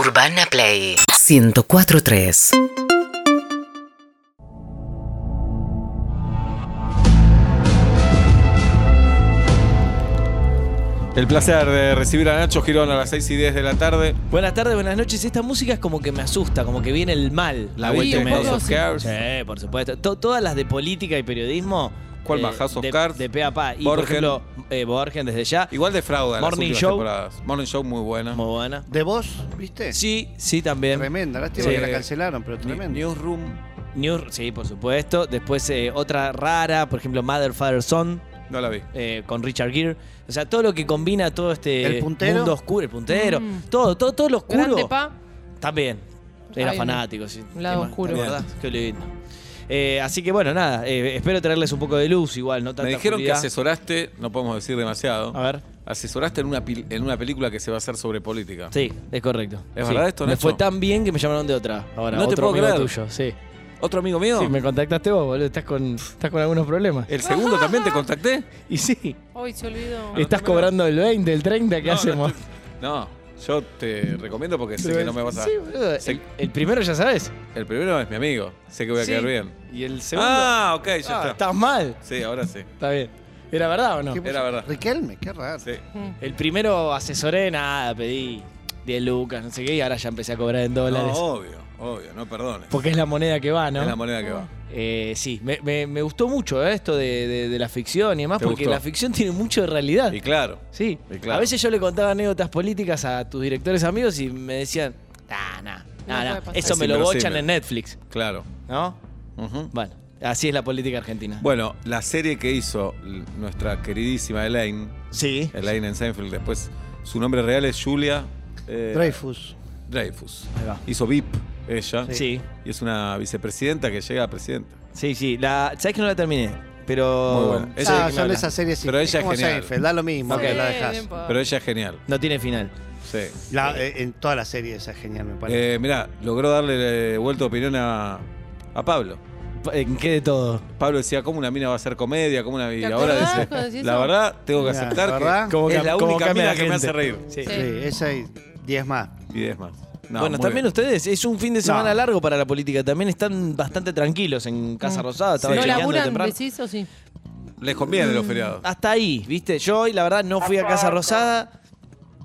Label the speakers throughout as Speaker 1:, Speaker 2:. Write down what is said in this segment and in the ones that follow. Speaker 1: Urbana Play 1043.
Speaker 2: El placer de recibir a Nacho Girón a las 6 y 10 de la tarde.
Speaker 3: Buenas tardes, buenas noches. Esta música es como que me asusta, como que viene el mal.
Speaker 2: La
Speaker 3: a vuelta y
Speaker 2: última de
Speaker 3: media.
Speaker 2: House of Cards.
Speaker 3: Sí, por supuesto. To- todas las de política y periodismo. eh,
Speaker 2: ¿Cuál más? House of
Speaker 3: de,
Speaker 2: Cards,
Speaker 3: De pe a pa. Y
Speaker 2: Borgen.
Speaker 3: por ejemplo, eh, Borgen desde ya.
Speaker 2: Igual defrauda en las
Speaker 3: Morning
Speaker 2: últimas
Speaker 3: Show.
Speaker 2: temporadas. Morning Show muy buena.
Speaker 3: Muy buena.
Speaker 4: De vos, ¿viste?
Speaker 3: Sí, sí, también.
Speaker 4: Tremenda, lástima
Speaker 3: Sí.
Speaker 4: que la cancelaron, pero
Speaker 2: Ni-
Speaker 4: tremenda.
Speaker 2: Newsroom.
Speaker 3: New- sí, por supuesto. Después eh, otra rara, por ejemplo, Mother, Father, Son.
Speaker 2: No la vi.
Speaker 3: eh, con Richard Gere. O sea, todo lo que combina todo este
Speaker 4: ¿El puntero?
Speaker 3: mundo oscuro, el puntero,
Speaker 5: Mm.
Speaker 3: todo, todo, todo lo oscuro.
Speaker 5: Grande pa.
Speaker 3: También. Era
Speaker 5: Ay,
Speaker 3: fanático, sí.
Speaker 5: un lado
Speaker 3: Qué mal,
Speaker 5: oscuro.
Speaker 3: ¿te acordás? Qué lindo. Eh, así que bueno, nada, eh, espero traerles un poco de luz igual, no tanta
Speaker 2: Me dijeron que
Speaker 3: oscuridad. Ah.
Speaker 2: asesoraste, no podemos decir demasiado,
Speaker 3: A ver.
Speaker 2: asesoraste en una, pil- en una película que se va a hacer sobre política.
Speaker 3: Sí, es correcto.
Speaker 2: ¿Es
Speaker 3: Sí.
Speaker 2: verdad esto,
Speaker 3: Me
Speaker 2: Nacho?
Speaker 3: fue tan bien que me llamaron de otra. Ahora,
Speaker 2: No te
Speaker 3: otro
Speaker 2: puedo
Speaker 3: amigo
Speaker 2: creer.
Speaker 3: tuyo, sí.
Speaker 2: ¿Otro amigo mío?
Speaker 3: Sí, me contactaste vos, boludo, estás con, estás con algunos problemas.
Speaker 2: ¿El segundo también te contacté?
Speaker 3: Y sí,
Speaker 5: Hoy se olvidó.
Speaker 3: estás cobrando el 20, el 30, ¿qué
Speaker 2: No, no
Speaker 3: hacemos?
Speaker 2: estoy- No, yo te recomiendo porque sé que no me vas a...
Speaker 3: Sí, boludo,
Speaker 2: sé-
Speaker 3: el, el primero ya sabes.
Speaker 2: El primero es mi amigo, sé que voy a
Speaker 3: Sí.
Speaker 2: quedar bien.
Speaker 3: Y el segundo.
Speaker 2: Ah, ok, ya
Speaker 3: Ah,
Speaker 2: está.
Speaker 3: estás mal.
Speaker 2: Sí, ahora sí.
Speaker 3: Está bien. ¿Era verdad o no?
Speaker 4: ¿Qué puso?
Speaker 2: Era verdad.
Speaker 4: Riquelme, qué
Speaker 3: Ah.
Speaker 4: raro.
Speaker 2: Sí.
Speaker 5: Mm.
Speaker 3: El primero asesoré nada, pedí 10 lucas, no sé qué, y ahora ya empecé a cobrar en dólares.
Speaker 2: No, obvio, obvio, no perdones.
Speaker 3: Porque es la moneda que va,
Speaker 2: Es la
Speaker 3: ¿no?
Speaker 2: moneda que va.
Speaker 3: Eh, sí, me, me- me gustó mucho eh, esto de, de- de la ficción y demás,
Speaker 2: ¿Te
Speaker 3: porque
Speaker 2: gustó?
Speaker 3: la ficción tiene mucho de realidad.
Speaker 2: Y claro.
Speaker 3: Sí,
Speaker 2: y claro.
Speaker 3: a veces yo le contaba anécdotas políticas a tus directores amigos y me decían, nah, nah, nah,
Speaker 5: No
Speaker 3: nah,
Speaker 5: puede pasar".
Speaker 3: eso
Speaker 2: Es
Speaker 3: me lo
Speaker 2: inverosímil.
Speaker 3: bochan en Netflix,
Speaker 2: Claro.
Speaker 3: ¿no?
Speaker 2: Ujú.
Speaker 3: Bueno, así es la política argentina.
Speaker 2: Bueno, la serie que hizo l- nuestra queridísima Elaine,
Speaker 3: sí.
Speaker 2: Elaine en Seinfeld, después su nombre real es Julia eh,
Speaker 4: Dreyfus. Ah,
Speaker 2: Dreyfus.
Speaker 3: Ahí va.
Speaker 2: Hizo VIP ella.
Speaker 3: Sí.
Speaker 2: Y es una vicepresidenta que llega a presidenta.
Speaker 3: Sí, sí. La, ¿Sabes que no la terminé? Pero.
Speaker 2: Muy buena. Esa-
Speaker 3: sé de
Speaker 4: ah,
Speaker 3: qué me
Speaker 4: son
Speaker 3: hablas.
Speaker 4: esas series sí.
Speaker 2: Pero ella es
Speaker 4: como
Speaker 2: genial.
Speaker 4: Seinfeld, da lo mismo
Speaker 5: Sí,
Speaker 4: que la
Speaker 5: no
Speaker 4: dejás.
Speaker 5: importa.
Speaker 2: Pero ella es genial.
Speaker 3: No tiene final.
Speaker 2: Sí.
Speaker 4: La- eh, en todas las series esa es genial, me parece.
Speaker 2: Eh, mirá, logró darle eh, vuelta de opinión a, a Pablo.
Speaker 3: ¿En qué de eh, todo?
Speaker 2: Pablo decía, ¿cómo una mina va a hacer comedia? ¿Cómo una... Y
Speaker 5: ¿Te
Speaker 2: ahora
Speaker 5: acordás
Speaker 2: dice,
Speaker 5: cuando decís
Speaker 2: la
Speaker 5: eso?
Speaker 2: verdad, tengo que
Speaker 4: Mirá,
Speaker 2: aceptar
Speaker 4: la
Speaker 2: que
Speaker 4: verdad.
Speaker 3: Como
Speaker 2: es
Speaker 3: cam-
Speaker 2: la
Speaker 3: como
Speaker 2: única
Speaker 3: cambia
Speaker 2: mina
Speaker 3: la
Speaker 2: que me
Speaker 3: gente.
Speaker 2: hace reír.
Speaker 3: Sí.
Speaker 4: sí, esa y 10 más.
Speaker 2: Y diez más. No,
Speaker 3: bueno,
Speaker 2: muy
Speaker 3: también
Speaker 2: bien.
Speaker 3: ustedes, es un fin de semana
Speaker 4: No.
Speaker 3: largo para la política. También están bastante tranquilos en Casa Rosada. Estaba
Speaker 5: Mm. ¿No
Speaker 3: chequeando
Speaker 5: laburan,
Speaker 3: temprano.
Speaker 5: decís o sí?
Speaker 2: Les conviene los feriados.
Speaker 3: Hasta ahí, ¿viste? Yo hoy, la verdad, no fui a Casa Rosada,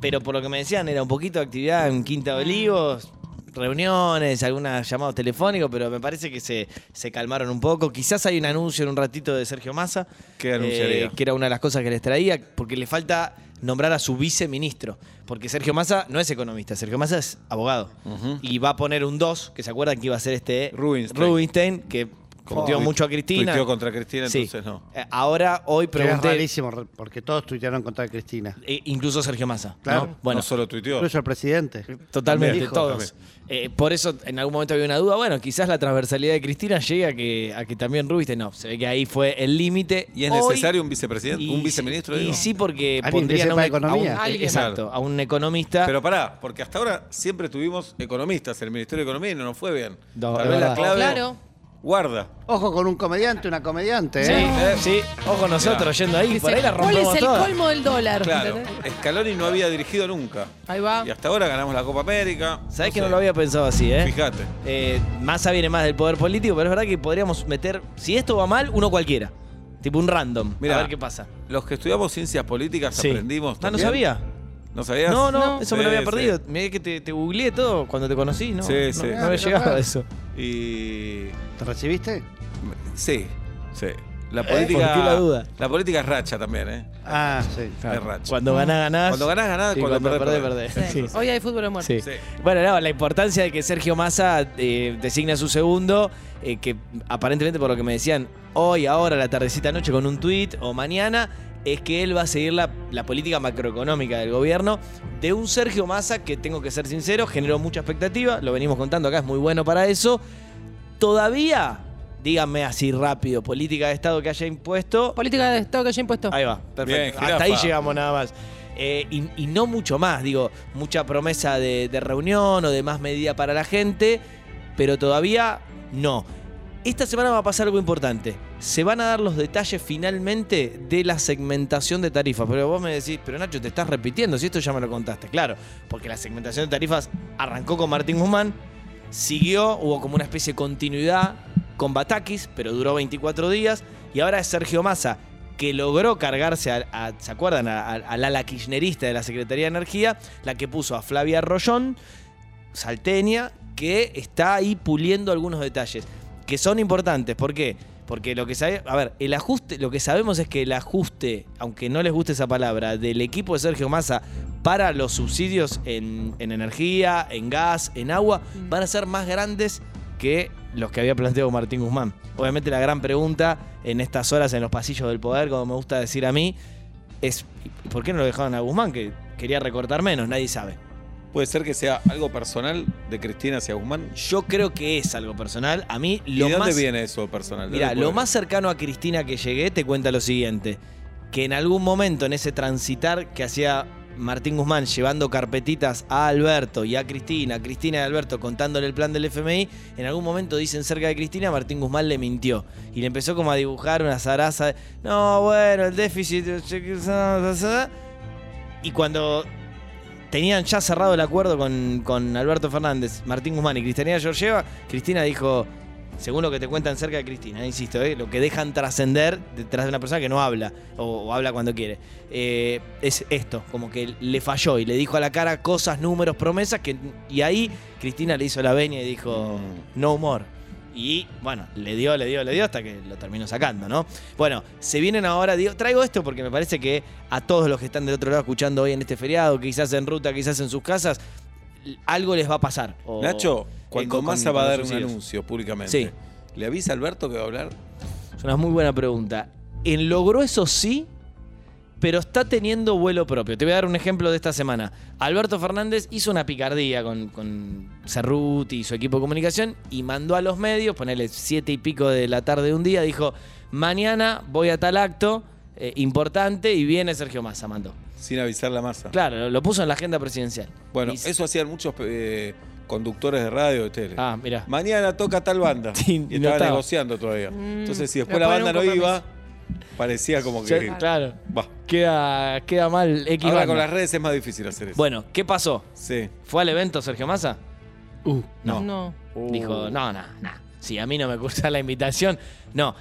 Speaker 3: pero por lo que me decían, era un poquito de actividad en Quinta de Olivos, reuniones, algunos llamados telefónicos, pero me parece que se, se calmaron un poco. Quizás hay un anuncio en un ratito de Sergio Massa, eh,
Speaker 2: ¿Qué anunciaría?
Speaker 3: que era una de las cosas que les traía, porque le falta nombrar a su viceministro, porque Sergio Massa no es economista, Sergio Massa es abogado, y va a poner un 2, que se acuerdan que iba a ser este
Speaker 2: Rubinstein.
Speaker 3: Rubinstein, que... Contió
Speaker 2: Tuit-
Speaker 3: mucho a Cristina.
Speaker 2: Oh, tuiteó contra Cristina,
Speaker 3: Sí.
Speaker 2: entonces no.
Speaker 3: Eh, Ahora, hoy
Speaker 4: Pero es
Speaker 3: pregunté.
Speaker 4: rarísimo re- porque todos tuitearon contra Cristina.
Speaker 3: eh, incluso Sergio Massa. ¿no?
Speaker 4: Claro.
Speaker 3: Bueno,
Speaker 2: no solo tuiteó.
Speaker 4: Incluso el presidente.
Speaker 3: totalmente,
Speaker 2: También.
Speaker 3: todos. Eh, por eso en algún momento había una duda. Bueno, quizás la transversalidad de Cristina llegue a que, a que también Rubinstein. No, se ve que ahí fue el límite.
Speaker 2: ¿Y es
Speaker 3: Hoy-
Speaker 2: necesario un vicepresidente?
Speaker 3: y
Speaker 2: ¿Un
Speaker 3: sí-
Speaker 2: viceministro?
Speaker 3: Y
Speaker 2: digo?
Speaker 3: sí, porque
Speaker 4: que
Speaker 3: pondrían a un,
Speaker 4: sepa
Speaker 3: ec- a un-
Speaker 4: economía.
Speaker 3: eh,
Speaker 5: Alguien.
Speaker 3: exacto, a un economista.
Speaker 2: Pero pará, porque hasta ahora siempre tuvimos economistas en el Ministerio de Economía y no nos fue bien.
Speaker 3: No,
Speaker 2: Tal
Speaker 3: es
Speaker 2: vez la
Speaker 3: verdad.
Speaker 2: clave.
Speaker 5: Claro.
Speaker 2: Guarda.
Speaker 4: Ojo con un comediante, una comediante,
Speaker 3: sí,
Speaker 4: ¿eh?
Speaker 2: eh.
Speaker 3: sí, ojo nosotros yendo ahí.
Speaker 5: Que
Speaker 3: Por
Speaker 5: se-
Speaker 3: ahí la
Speaker 5: ¿Cuál es
Speaker 3: rompemos
Speaker 5: el
Speaker 3: toda.
Speaker 5: colmo del dólar?
Speaker 2: Claro.
Speaker 5: ¿Entendés?
Speaker 2: Scaloni no había dirigido nunca.
Speaker 5: Ahí va.
Speaker 2: Y hasta ahora ganamos la Copa América.
Speaker 3: Sabés que
Speaker 2: sé.
Speaker 3: no lo había pensado así, ¿eh?
Speaker 2: Fíjate.
Speaker 3: Eh, Massa viene más del poder político, pero es verdad que podríamos meter, si esto va mal, uno cualquiera. Tipo un random.
Speaker 2: Mirá.
Speaker 3: a ver qué pasa.
Speaker 2: Los que estudiamos ciencias políticas
Speaker 3: Sí.
Speaker 2: aprendimos.
Speaker 3: Ah, no
Speaker 2: también.
Speaker 3: sabía.
Speaker 2: ¿No sabías?
Speaker 3: No, no, eso me lo
Speaker 2: Sí,
Speaker 3: había perdido.
Speaker 2: sí.
Speaker 3: Mirá que te, te googleé todo cuando te conocí, ¿no?
Speaker 2: Sí,
Speaker 3: no,
Speaker 2: sí.
Speaker 3: no
Speaker 2: Ah,
Speaker 3: había
Speaker 4: mirá,
Speaker 3: llegado a
Speaker 4: claro.
Speaker 3: eso.
Speaker 2: Y.
Speaker 4: ¿Te recibiste?
Speaker 2: Sí, sí. La
Speaker 3: Eh,
Speaker 2: política.
Speaker 3: ¿por qué la duda?
Speaker 2: la política es racha también, ¿eh?
Speaker 4: Ah, sí.
Speaker 2: Es racha.
Speaker 3: Cuando ganás, ganás.
Speaker 2: Cuando ganás, ganás,
Speaker 3: Y
Speaker 2: cuando, perdés,
Speaker 3: perdés,
Speaker 5: Sí.
Speaker 3: perdés.
Speaker 5: Hoy hay fútbol o muerte.
Speaker 3: Sí.
Speaker 2: Sí.
Speaker 3: Bueno, no, la importancia de que Sergio Massa eh, designa a su segundo, eh, que aparentemente por lo que me decían hoy, ahora, la tardecita noche con un tuit o mañana, es que él va a seguir la, la política macroeconómica del gobierno de un Sergio Massa que, tengo que ser sincero, generó mucha expectativa, lo venimos contando acá, es muy bueno para eso. Todavía, díganme así rápido, política de Estado que haya impuesto,
Speaker 5: Política de Estado que haya impuesto.
Speaker 3: Ahí va, perfecto.
Speaker 2: Bien,
Speaker 3: Hasta ahí
Speaker 2: jirafa.
Speaker 3: llegamos nada más. Eh, y, y no mucho más, digo, mucha promesa de, de reunión o de más medida para la gente, pero todavía no. Esta semana va a pasar algo importante. se van a dar los detalles finalmente de la segmentación de tarifas. Pero vos me decís, pero Nacho, te estás repitiendo, si esto ya me lo contaste. Claro, porque la segmentación de tarifas arrancó con Martín Guzmán, siguió, hubo como una especie de continuidad con Batakis, pero duró 24 días, y ahora es Sergio Massa, que logró cargarse, a, a- ¿se acuerdan? A- a- Al ala kirchnerista de la Secretaría de Energía, la que puso a Flavia Rollón, salteña, que está ahí puliendo algunos detalles, que son importantes, ¿por qué? Porque lo que sabe, a ver, el ajuste, lo que sabemos es que el ajuste, aunque no les guste esa palabra, del equipo de Sergio Massa para los subsidios en, en energía, en gas, en agua, van a ser más grandes que los que había planteado Martín Guzmán. Obviamente la gran pregunta en estas horas en los pasillos del poder, como me gusta decir a mí, es ¿por qué no lo dejaron a Guzmán? Que quería recortar menos, nadie sabe.
Speaker 2: Puede ser que sea algo personal de Cristina hacia Guzmán.
Speaker 3: Yo creo que es algo personal. A mí
Speaker 2: ¿Y
Speaker 3: lo
Speaker 2: de dónde
Speaker 3: más...
Speaker 2: viene eso personal? ¿De
Speaker 3: Mira,
Speaker 2: dónde
Speaker 3: lo
Speaker 2: puede
Speaker 3: más cercano a Cristina que llegué te cuenta lo siguiente: que en algún momento en ese transitar que hacía Martín Guzmán llevando carpetitas a Alberto y a Cristina, Cristina y Alberto contándole el plan del FMI, en algún momento dicen cerca de Cristina, Martín Guzmán le mintió y le empezó como a dibujar una zaraza. de, No, bueno, el déficit. Y cuando tenían ya cerrado el acuerdo con, con Alberto Fernández, Martín Guzmán y Cristina Georgieva, Cristina dijo, según lo que te cuentan cerca de Cristina, eh, insisto, eh, lo que dejan trascender detrás de una persona que no habla o, o habla cuando quiere, eh, es esto, como que le falló y le dijo a la cara cosas, números, promesas, que, y ahí Cristina le hizo la veña y dijo,
Speaker 2: Mm.
Speaker 3: no humor. Y bueno, le dio, le dio, le dio hasta que lo terminó sacando, ¿no? Bueno, se vienen ahora, digo, traigo esto porque me parece que a todos los que están del otro lado escuchando hoy en este feriado, quizás en ruta, quizás en sus casas, l- algo les va a pasar. O-
Speaker 2: Nacho,
Speaker 3: eh,
Speaker 2: cuando
Speaker 3: con-
Speaker 2: Massa va a
Speaker 3: con
Speaker 2: dar
Speaker 3: los
Speaker 2: un
Speaker 3: subsidios.
Speaker 2: anuncio públicamente,
Speaker 3: Sí.
Speaker 2: ¿le avisa a Alberto que va a hablar?
Speaker 3: Es una muy buena pregunta. En lo grueso sí, pero está teniendo vuelo propio. Te voy a dar un ejemplo de esta semana. Alberto Fernández hizo una picardía con, con Cerruti y su equipo de comunicación y mandó a los medios, ponele siete y pico de la tarde de un día, dijo, mañana voy a tal acto eh, importante y viene Sergio Massa, mandó.
Speaker 2: Sin avisar la Massa.
Speaker 3: Claro, lo, lo puso en la agenda presidencial.
Speaker 2: Bueno,
Speaker 3: Y-
Speaker 2: eso hacían muchos eh, conductores de radio de tele.
Speaker 3: Ah, mirá.
Speaker 2: Mañana toca tal banda.
Speaker 3: Sí,
Speaker 2: y
Speaker 3: no
Speaker 2: estaba
Speaker 3: estaba.
Speaker 2: negociando todavía.
Speaker 5: Mm,
Speaker 2: Entonces, si
Speaker 5: le
Speaker 2: después la
Speaker 5: ponen
Speaker 2: banda
Speaker 5: un
Speaker 2: no iba,
Speaker 5: compromiso.
Speaker 2: parecía como que.
Speaker 3: Ya- claro.
Speaker 2: Va.
Speaker 3: Queda, queda mal. X
Speaker 2: Ahora
Speaker 3: banda.
Speaker 2: con las redes es más difícil hacer eso.
Speaker 3: Bueno, ¿qué pasó?
Speaker 2: Sí.
Speaker 3: ¿Fue al evento Sergio Massa?
Speaker 5: No.
Speaker 3: Dijo, no, no, no. Si a mí no me gusta la invitación, no.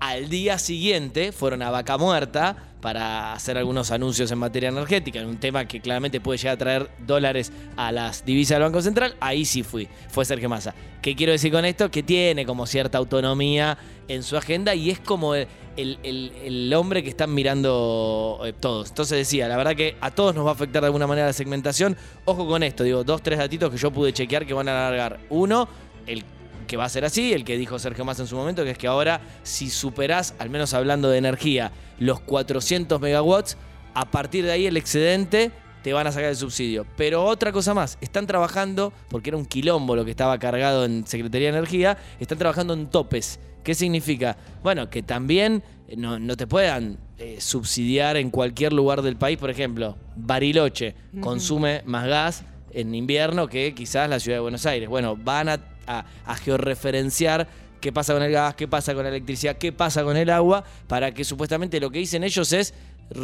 Speaker 3: Al día siguiente fueron a Vaca Muerta para hacer algunos anuncios en materia energética, en un tema que claramente puede llegar a traer dólares a las divisas del Banco Central. Ahí sí fui, fue Sergio Massa. ¿Qué quiero decir con esto? Que tiene como cierta autonomía en su agenda y es como el, el- el- el hombre que están mirando eh, todos. Entonces decía, la verdad que a todos nos va a afectar de alguna manera la segmentación. Ojo con esto, digo, dos, tres datitos que yo pude chequear que van a alargar. Uno, el que va a ser así, el que dijo Sergio Massa en su momento, que es que ahora si superás, al menos hablando de energía, los 400 megawatts, a partir de ahí el excedente te van a sacar el subsidio. Pero otra cosa más, están trabajando, porque era un quilombo lo que estaba cargado en Secretaría de Energía, están trabajando en topes. ¿Qué significa? Bueno, que también eh, no, no te puedan eh, subsidiar en cualquier lugar del país, por ejemplo, Bariloche consume más gas en invierno que quizás la ciudad de Buenos Aires. Bueno, van a, a- a georreferenciar qué pasa con el gas, qué pasa con la electricidad, qué pasa con el agua, para que supuestamente lo que dicen ellos es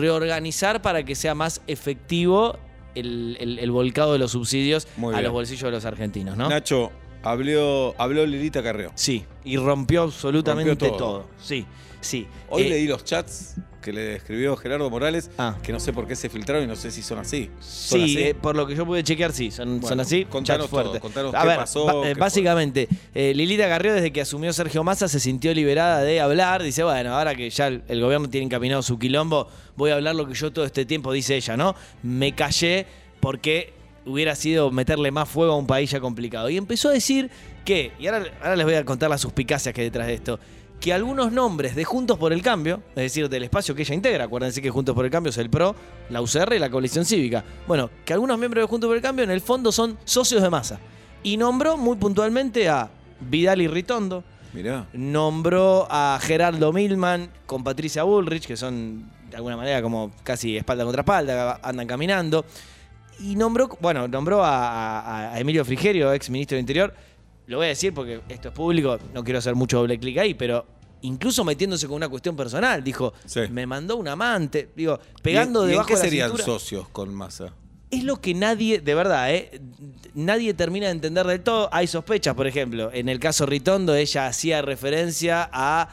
Speaker 3: reorganizar para que sea más efectivo el, el- el volcado de los subsidios
Speaker 2: Muy
Speaker 3: a
Speaker 2: bien.
Speaker 3: los bolsillos de los argentinos, ¿no?
Speaker 2: Nacho, habló, habló Lilita Carreo.
Speaker 3: Sí, y rompió absolutamente
Speaker 2: Rompió todo.
Speaker 3: todo. Sí, sí.
Speaker 2: Hoy
Speaker 3: Eh,
Speaker 2: leí los chats que le escribió Gerardo Morales,
Speaker 3: Ah.
Speaker 2: que no sé por qué se filtraron y no sé si son así. ¿Son
Speaker 3: Sí,
Speaker 2: así?
Speaker 3: eh, por lo que yo pude chequear, sí, son,
Speaker 2: Bueno,
Speaker 3: son así.
Speaker 2: contanos
Speaker 3: chats fuertes.
Speaker 2: todo, contanos
Speaker 3: A
Speaker 2: qué
Speaker 3: ver,
Speaker 2: pasó,
Speaker 3: ba- eh,
Speaker 2: qué fue.
Speaker 3: básicamente, eh, Lilita Garrido, desde que asumió Sergio Massa, se sintió liberada de hablar. Dice, bueno, ahora que ya el, el gobierno tiene encaminado su quilombo, voy a hablar lo que yo todo este tiempo, dice ella, ¿no? Me callé porque hubiera sido meterle más fuego a un país ya complicado. Y empezó a decir que, y ahora, ahora les voy a contar las suspicacias que hay detrás de esto, que algunos nombres de Juntos por el Cambio, es decir, del espacio que ella integra, acuérdense que Juntos por el Cambio es el PRO, la UCR y la coalición cívica. Bueno, que algunos miembros de Juntos por el Cambio en el fondo son socios de masa. Y nombró muy puntualmente a Vidal y Ritondo,
Speaker 2: Mirá.
Speaker 3: nombró a Gerardo Milman con Patricia Bullrich, que son de alguna manera como casi espalda contra espalda, andan caminando. Y nombró, bueno, nombró a, a- a Emilio Frigerio, ex ministro de Interior. Lo voy a decir porque esto es público, no quiero hacer mucho doble clic ahí, pero incluso metiéndose con una cuestión personal. Dijo,
Speaker 2: Sí.
Speaker 3: me mandó un amante. Digo,
Speaker 2: ¿Y-
Speaker 3: pegando
Speaker 2: ¿Y, en
Speaker 3: debajo
Speaker 2: qué
Speaker 3: de la
Speaker 2: serían
Speaker 3: cintura.
Speaker 2: socios con Massa?
Speaker 3: Es lo que nadie, de verdad, ¿eh? nadie termina de entender del todo. Hay sospechas, por ejemplo, en el caso Ritondo, ella hacía referencia a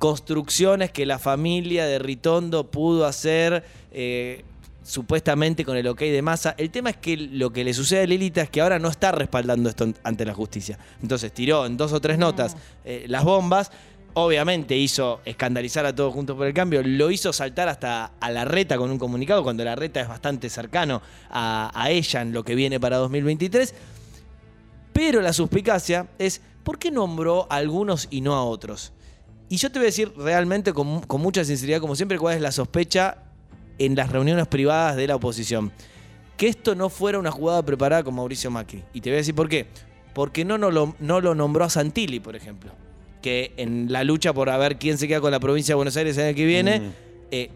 Speaker 3: construcciones que la familia de Ritondo pudo hacer eh, supuestamente con el ok de masa. El tema es que lo que le sucede a Lilita es que ahora no está respaldando esto ante la justicia. Entonces tiró en dos o tres notas eh, las bombas. Obviamente hizo escandalizar a todos juntos por el cambio, lo hizo saltar hasta a la reta con un comunicado, cuando la reta es bastante cercano a, a ella en lo que viene para 2023. Pero la suspicacia es, ¿por qué nombró a algunos y no a otros? Y yo te voy a decir realmente con, mu- con mucha sinceridad, como siempre, cuál es la sospecha en las reuniones privadas de la oposición. Que esto no fuera una jugada preparada con Mauricio Macri. Y te voy a decir por qué. Porque no, no lo, no lo nombró a Santilli, por ejemplo. Que en la lucha por a ver quién se queda con la provincia de Buenos Aires el año que viene,
Speaker 2: Mm.
Speaker 3: eh,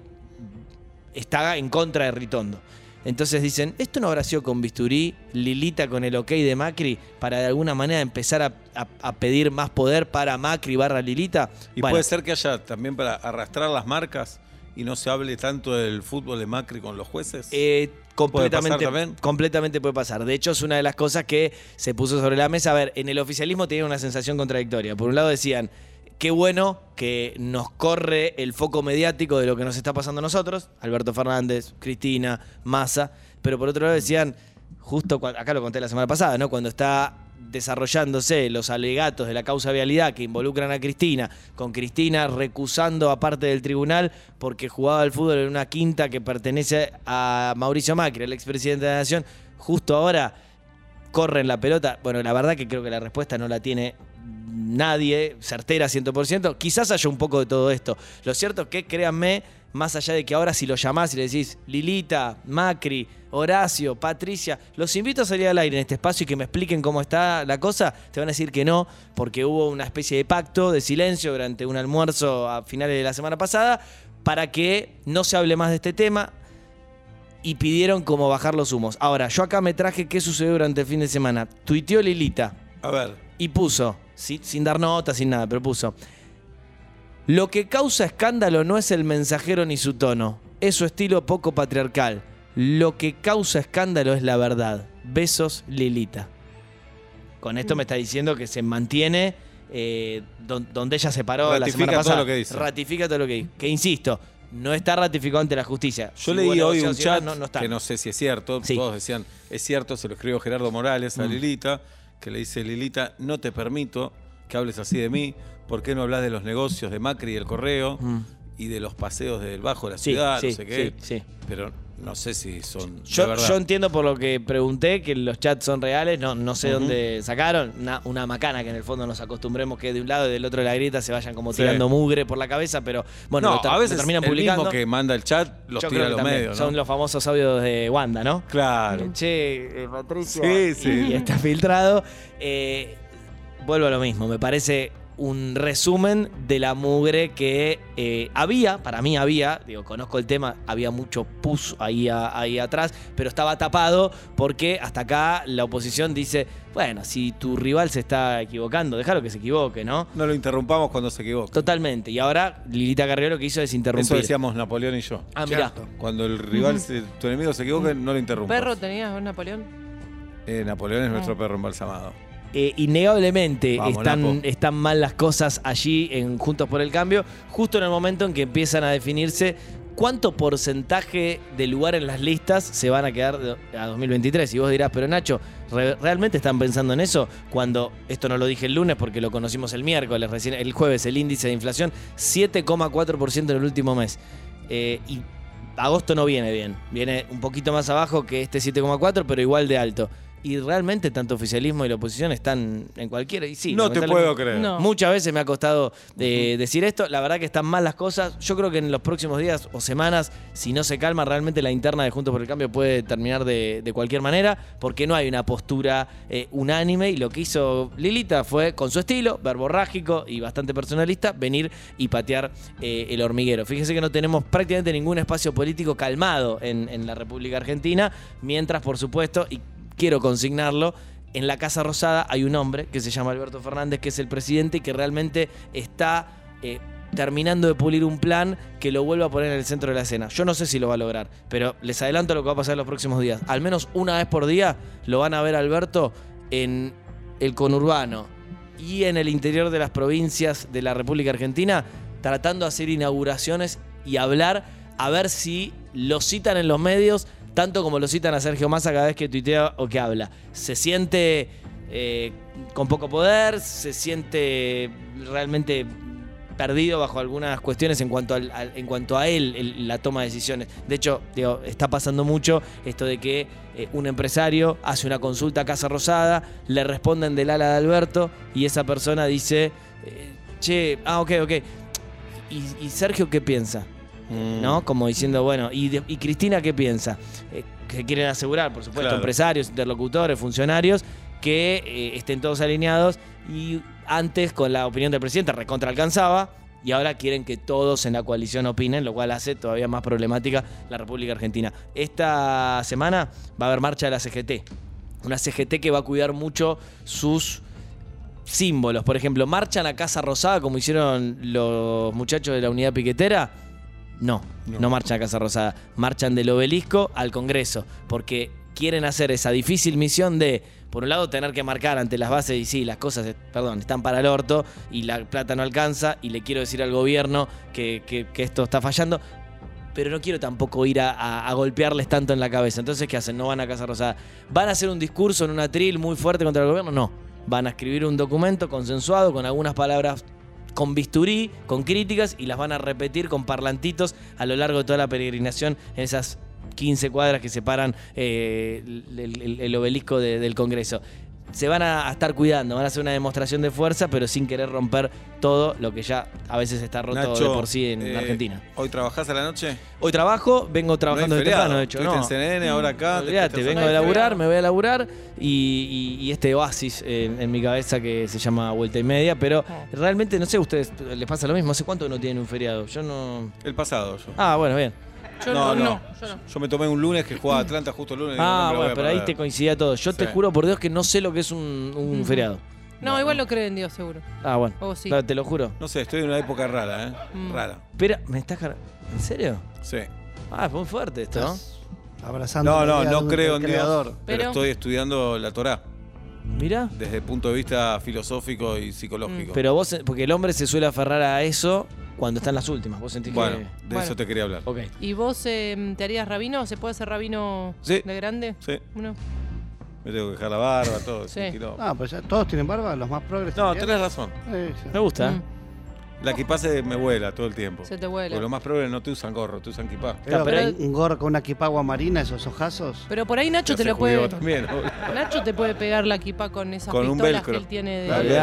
Speaker 3: está en contra de Ritondo. Entonces dicen, ¿esto no habrá sido con Bisturí, Lilita con el ok de Macri, para de alguna manera empezar a, a- a pedir más poder para Macri barra Lilita?
Speaker 2: Y
Speaker 3: Bueno,
Speaker 2: puede ser que haya también para arrastrar las marcas y no se hable tanto del fútbol de Macri con los jueces.
Speaker 3: Eh,
Speaker 2: ¿Puede pasar
Speaker 3: completamente,
Speaker 2: también?
Speaker 3: completamente puede pasar. De hecho, es una de las cosas que se puso sobre la mesa. A ver, en el oficialismo tenía una sensación contradictoria. Por un lado decían, qué bueno que nos corre el foco mediático de lo que nos está pasando a nosotros, Alberto Fernández, Cristina, Massa, pero por otro lado decían, justo cua- acá lo conté la semana pasada, ¿no? Cuando está desarrollándose los alegatos de la causa vialidad que involucran a Cristina, con Cristina recusando a parte del tribunal porque jugaba al fútbol en una quinta que pertenece a Mauricio Macri, el expresidente de la Nación, justo ahora corren la pelota. Bueno, la verdad que creo que la respuesta no la tiene nadie, certera 100%. Quizás haya un poco de todo esto. Lo cierto es que, créanme, más allá de que ahora si lo llamás y le decís Lilita, Macri, Horacio, Patricia, los invito a salir al aire en este espacio y que me expliquen cómo está la cosa, te van a decir que no, porque hubo una especie de pacto de silencio durante un almuerzo a finales de la semana pasada para que no se hable más de este tema y pidieron como bajar los humos. Ahora, yo acá me traje qué sucedió durante el fin de semana. Tuiteó Lilita
Speaker 2: a ver,
Speaker 3: y puso, si- sin dar nota, sin nada, pero puso. Lo que causa escándalo no es el mensajero ni su tono, es su estilo poco patriarcal. Lo que causa escándalo es la verdad. Besos, Lilita. Con esto me está diciendo que se mantiene eh, don- donde ella se paró la
Speaker 2: Ratifica
Speaker 3: semana
Speaker 2: todo
Speaker 3: pasada.
Speaker 2: lo que dice.
Speaker 3: Ratifica todo lo que dice. Que insisto, no está ratificado ante la justicia.
Speaker 2: yo
Speaker 3: Si
Speaker 2: leí
Speaker 3: hubo
Speaker 2: hoy un
Speaker 3: negociaciones,
Speaker 2: chat
Speaker 3: no- no está.
Speaker 2: que no sé si es cierto.
Speaker 3: Sí. Mm.
Speaker 2: Todos decían, es cierto, se lo escribió Gerardo Morales a Lilita, que le dice, Lilita, no te permito que hables así de mí. ¿Por qué no hablas de los negocios de Macri y el correo?
Speaker 3: Mm.
Speaker 2: Y de los paseos del bajo de la
Speaker 3: Sí,
Speaker 2: ciudad,
Speaker 3: sí,
Speaker 2: no sé qué.
Speaker 3: sí, sí.
Speaker 2: Pero no sé si son. de
Speaker 3: Yo,
Speaker 2: verdad.
Speaker 3: yo entiendo por lo que pregunté que los chats son reales, no, no sé dónde sacaron. Una, una macana que en el fondo nos acostumbremos que de un lado y del otro de la grieta se vayan como
Speaker 2: Sí.
Speaker 3: tirando mugre por la cabeza, pero bueno,
Speaker 2: no,
Speaker 3: lo ter-
Speaker 2: a
Speaker 3: lo
Speaker 2: veces
Speaker 3: terminan
Speaker 2: el
Speaker 3: publicando.
Speaker 2: mismo que manda el chat los
Speaker 3: Yo
Speaker 2: tira
Speaker 3: creo
Speaker 2: a
Speaker 3: que
Speaker 2: los
Speaker 3: también.
Speaker 2: medios. ¿no?
Speaker 3: Son los famosos audios de Wanda, ¿no?
Speaker 2: Claro.
Speaker 3: Che, eh, Patricia.
Speaker 2: Sí, sí.
Speaker 3: Y está filtrado. Eh, vuelvo a lo mismo, me parece un resumen de la mugre que eh, había, para mí había, digo, conozco el tema, había mucho pus ahí, a- ahí atrás, pero estaba tapado porque hasta acá la oposición dice, bueno, si tu rival se está equivocando, déjalo que se equivoque, ¿no?
Speaker 2: No lo interrumpamos cuando se equivoca.
Speaker 3: Totalmente. Y ahora Lilita Carrió lo que hizo es interrumpir.
Speaker 2: Eso decíamos Napoleón y yo.
Speaker 3: ah, mirá.
Speaker 4: Cierto.
Speaker 2: Cuando el rival, se- tu enemigo se equivoca, no lo interrumpas.
Speaker 5: ¿Perro tenías un Napoleón?
Speaker 2: Eh, Napoleón es
Speaker 5: Ah.
Speaker 2: nuestro perro embalsamado.
Speaker 3: Eh, innegablemente
Speaker 2: Vamos,
Speaker 3: están,
Speaker 2: Napo.
Speaker 3: están mal las cosas allí en Juntos por el Cambio, justo en el momento en que empiezan a definirse cuánto porcentaje de lugar en las listas se van a quedar de- a 2023. Y vos dirás, pero Nacho, ¿re- ¿realmente están pensando en eso? Cuando, esto no lo dije el lunes porque lo conocimos el miércoles, recién el jueves, el índice de inflación, 7,4% en el último mes. Eh, y agosto no viene bien, viene un poquito más abajo que este 7,4, pero igual de alto. Y realmente tanto oficialismo y la oposición están en cualquiera. Y sí,
Speaker 2: no te
Speaker 3: lamentablemente-
Speaker 2: puedo creer.
Speaker 5: No.
Speaker 3: Muchas veces me ha costado eh, decir esto. La verdad que están mal las cosas. Yo creo que en los próximos días o semanas, si no se calma, realmente la interna de Juntos por el Cambio puede terminar de, de cualquier manera, porque no hay una postura eh, unánime. Y lo que hizo Lilita fue, con su estilo, verborrágico y bastante personalista, venir y patear eh, el hormiguero. Fíjese que no tenemos prácticamente ningún espacio político calmado en, en la República Argentina, mientras, por supuesto, y quiero consignarlo, en la Casa Rosada hay un hombre que se llama Alberto Fernández, que es el presidente y que realmente está eh, terminando de pulir un plan que lo vuelva a poner en el centro de la escena. Yo no sé si lo va a lograr, pero les adelanto lo que va a pasar en los próximos días. Al menos una vez por día lo van a ver a Alberto en el conurbano y en el interior de las provincias de la República Argentina tratando de hacer inauguraciones y hablar a ver si lo citan en los medios tanto como lo citan a Sergio Massa cada vez que tuitea o que habla. Se siente eh, con poco poder, se siente realmente perdido bajo algunas cuestiones en cuanto, al- al- en cuanto a él, el- la toma de decisiones. De hecho, digo, está pasando mucho esto de que eh, un empresario hace una consulta a Casa Rosada, le responden del ala de Alberto y esa persona dice, eh, che, ah, ok, ok. ¿Y, y Sergio qué piensa?
Speaker 2: Mm.
Speaker 3: ¿no? Como diciendo, bueno, ¿y, de- y Cristina qué piensa? Eh, que quieren asegurar, por supuesto,
Speaker 2: Claro.
Speaker 3: empresarios, interlocutores, funcionarios, que eh, estén todos alineados y antes con la opinión del presidente recontra alcanzaba y ahora quieren que todos en la coalición opinen, lo cual hace todavía más problemática la República Argentina. Esta semana va a haber marcha de la CGT, una CGT que va a cuidar mucho sus símbolos. Por ejemplo, marchan a Casa Rosada como hicieron los muchachos de la unidad piquetera. No, no,
Speaker 2: No.
Speaker 3: marchan a Casa Rosada. Marchan del obelisco al Congreso. Porque quieren hacer esa difícil misión de, por un lado, tener que marcar ante las bases y sí, las cosas, eh, perdón, están para el orto y la plata no alcanza y le quiero decir al gobierno que, que- que esto está fallando. Pero no quiero tampoco ir a, a- a golpearles tanto en la cabeza. Entonces, ¿qué hacen? No van a Casa Rosada. ¿Van a hacer un discurso en un atril muy fuerte contra el gobierno? No. Van a escribir un documento consensuado con algunas palabras con bisturí, con críticas y las van a repetir con parlantitos a lo largo de toda la peregrinación en esas 15 cuadras que separan eh, el, el- el obelisco de- del Congreso. Se van a, a estar cuidando, van a hacer una demostración de fuerza, pero sin querer romper todo lo que ya a veces está roto
Speaker 2: Nacho,
Speaker 3: de por sí en
Speaker 2: eh,
Speaker 3: Argentina.
Speaker 2: ¿Hoy trabajás a la noche?
Speaker 3: Hoy trabajo, vengo
Speaker 2: no
Speaker 3: trabajando de
Speaker 2: hay feriado.
Speaker 3: temprano, de hecho.
Speaker 2: Estuviste
Speaker 3: No.
Speaker 2: en CNN, ahora acá.
Speaker 3: Olvídate,
Speaker 2: después
Speaker 3: vengo
Speaker 2: te
Speaker 3: de
Speaker 5: hay
Speaker 2: vas a-
Speaker 3: laburar,
Speaker 5: feriado.
Speaker 3: me voy a laburar y, y- y este oasis en, en mi cabeza que se llama vuelta y media, pero
Speaker 5: Ah.
Speaker 3: realmente no sé, a ustedes les pasa lo mismo, ¿hace cuánto no tienen un feriado? Yo no...
Speaker 2: El pasado yo.
Speaker 3: Ah, bueno, bien.
Speaker 5: Yo no, no, yo no.
Speaker 2: Yo me tomé un lunes que jugaba Atlanta justo el lunes. digo, no
Speaker 3: Ah,
Speaker 2: me lo voy
Speaker 3: bueno,
Speaker 2: a
Speaker 3: pero ahí
Speaker 2: perder.
Speaker 3: te coincidía todo. Yo te
Speaker 2: Sí.
Speaker 3: juro por Dios que no sé lo que es un, un
Speaker 5: Ujú.
Speaker 3: feriado.
Speaker 5: No, igual lo creen Dios, seguro.
Speaker 3: Ah, bueno.
Speaker 5: O sí.
Speaker 3: No, te lo juro.
Speaker 2: No sé, estoy en una época rara, ¿eh?
Speaker 5: Mm.
Speaker 2: Rara.
Speaker 3: Espera, ¿me estás car- ¿En serio?
Speaker 2: Sí.
Speaker 3: Ah, es muy fuerte esto, ¿no?
Speaker 4: Estás Abrazando
Speaker 2: No,
Speaker 4: la
Speaker 2: no,
Speaker 4: idea de
Speaker 2: no
Speaker 4: un
Speaker 2: creo en
Speaker 4: creador.
Speaker 2: Dios. Pero
Speaker 5: Pero-
Speaker 2: estoy estudiando la Torá
Speaker 3: Mira.
Speaker 2: desde el punto de vista filosófico y psicológico.
Speaker 3: Pero vos, eh, porque el hombre se suele aferrar a eso cuando está en las últimas. Vos sentís
Speaker 2: Bueno, de
Speaker 3: que.
Speaker 2: eso
Speaker 5: Bueno.
Speaker 2: te quería hablar.
Speaker 3: Ok.
Speaker 5: ¿Y vos eh, te harías rabino? ¿Se puede hacer rabino
Speaker 2: Sí.
Speaker 5: de grande?
Speaker 2: Sí,
Speaker 5: Uno.
Speaker 2: me tengo que dejar la barba, todo. es
Speaker 5: Sí.
Speaker 2: un quilombo.
Speaker 4: Ah, pues ya todos tienen barba, los más progres.
Speaker 2: No,
Speaker 4: también.
Speaker 2: tenés razón.
Speaker 4: Eh, sí.
Speaker 3: Me gusta.
Speaker 5: Mm,
Speaker 2: La que pase me vuela todo el tiempo.
Speaker 5: Se te vuela.
Speaker 2: Porque los más progres no te usan gorro, te usan kipá.
Speaker 4: Pero,
Speaker 3: pero-
Speaker 4: ver un gorro con una equipagua marina, esos ojazos.
Speaker 5: Pero por ahí Nacho
Speaker 2: Ya
Speaker 5: te
Speaker 2: se
Speaker 5: lo puede.
Speaker 2: judío también. boludo.
Speaker 5: Nacho te puede pegar la equipa con esas
Speaker 2: Con un
Speaker 5: pistolas
Speaker 2: velcro.
Speaker 5: que él tiene de,
Speaker 2: Dale.
Speaker 5: de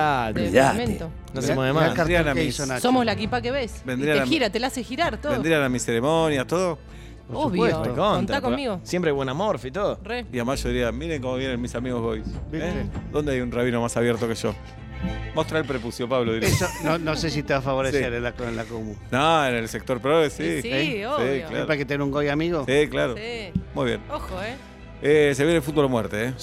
Speaker 3: Olvidate.
Speaker 5: momento.
Speaker 3: No se
Speaker 4: Mirá-
Speaker 3: mueve más.
Speaker 4: mirá el cartón
Speaker 2: Vendrían a
Speaker 4: que
Speaker 2: mis-
Speaker 4: hizo Nacho.
Speaker 5: Somos la equipa que ves. Y
Speaker 2: Vendría
Speaker 5: te
Speaker 2: la-
Speaker 5: gira, te la hace girar todo.
Speaker 2: Vendrían a mis ceremonias, todo.
Speaker 4: Por
Speaker 5: Obvio.
Speaker 4: supuesto.
Speaker 3: Recontra,
Speaker 5: Contá
Speaker 3: porque
Speaker 5: conmigo.
Speaker 3: Siempre buen amor y todo.
Speaker 5: Re.
Speaker 2: Y además yo diría, miren cómo vienen mis amigos boys. ¿eh?
Speaker 4: ¿Viste?
Speaker 2: ¿Dónde hay un rabino más abierto que yo? Mostra el prepucio, Pablo. diré.
Speaker 4: Eso, no, no sé si te va a favorecer
Speaker 2: Sí.
Speaker 4: en, la, en la común.
Speaker 2: No, en el sector progres,
Speaker 5: Sí,
Speaker 2: sí.
Speaker 5: sí,
Speaker 4: ¿eh?
Speaker 5: obvio.
Speaker 2: Claro.
Speaker 4: ¿Para que tener un goy amigo?
Speaker 2: Sí, claro.
Speaker 5: Sí.
Speaker 2: Muy bien.
Speaker 5: Ojo, ¿eh?
Speaker 2: Eh, se viene el fútbol a muerte, ¿eh?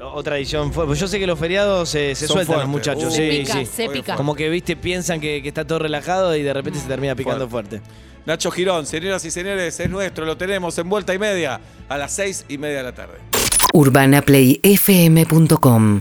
Speaker 3: Otra edición. fue- Pues Yo sé que los feriados se, se
Speaker 2: Son
Speaker 3: sueltan los
Speaker 2: fuertes.
Speaker 3: muchachos.
Speaker 2: Uh.
Speaker 5: se
Speaker 3: sí,
Speaker 5: pica,
Speaker 3: sí.
Speaker 5: se
Speaker 2: Obvio,
Speaker 5: pica.
Speaker 2: fuerte.
Speaker 3: Como que, viste, piensan que, que está todo relajado y de repente se termina picando fuerte.
Speaker 2: Nacho Girón, señoras y señores, es nuestro, lo tenemos en vuelta y media a las seis y media de la tarde.
Speaker 1: urbanaplayfm.com